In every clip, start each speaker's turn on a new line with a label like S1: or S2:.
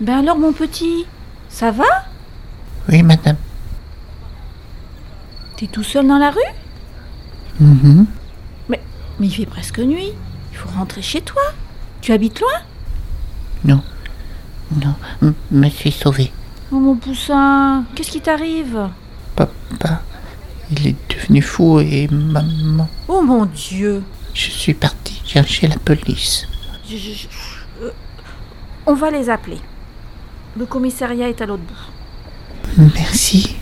S1: Ben alors, mon petit, ça va
S2: Oui, madame.
S1: T'es tout seul dans la rue
S2: Mhm.
S1: Mais, mais il fait presque nuit. Il faut rentrer chez toi. Tu habites loin
S2: Non. Non, m- me suis sauvé.
S1: Oh, mon poussin, qu'est-ce qui t'arrive
S2: Papa, il est devenu fou et maman.
S1: Oh mon Dieu
S2: Je suis parti chercher la police.
S1: Je- je- je- euh, On va les appeler. Le commissariat est à l'autre bout.
S2: Merci.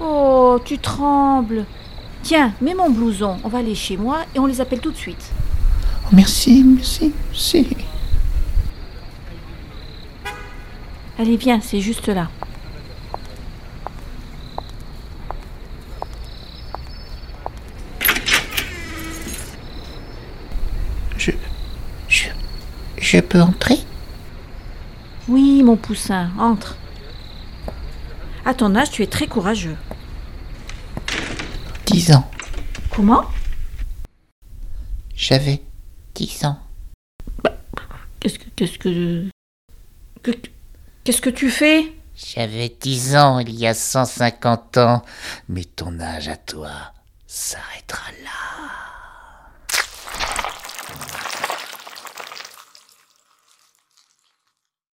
S1: Oh, tu trembles. Tiens, mets mon blouson. On va aller chez moi et on les appelle tout de suite.
S2: Oh, merci, merci, merci.
S1: Allez, viens, c'est juste là.
S2: Je. Je. Je peux entrer
S1: Oui, mon poussin, entre. À ton âge, tu es très courageux.
S2: 10 ans.
S1: Comment
S2: J'avais 10 ans.
S1: Qu'est-ce que. Qu'est-ce que. que- Qu'est-ce que tu fais
S2: J'avais 10 ans il y a 150 ans. Mais ton âge à toi s'arrêtera là.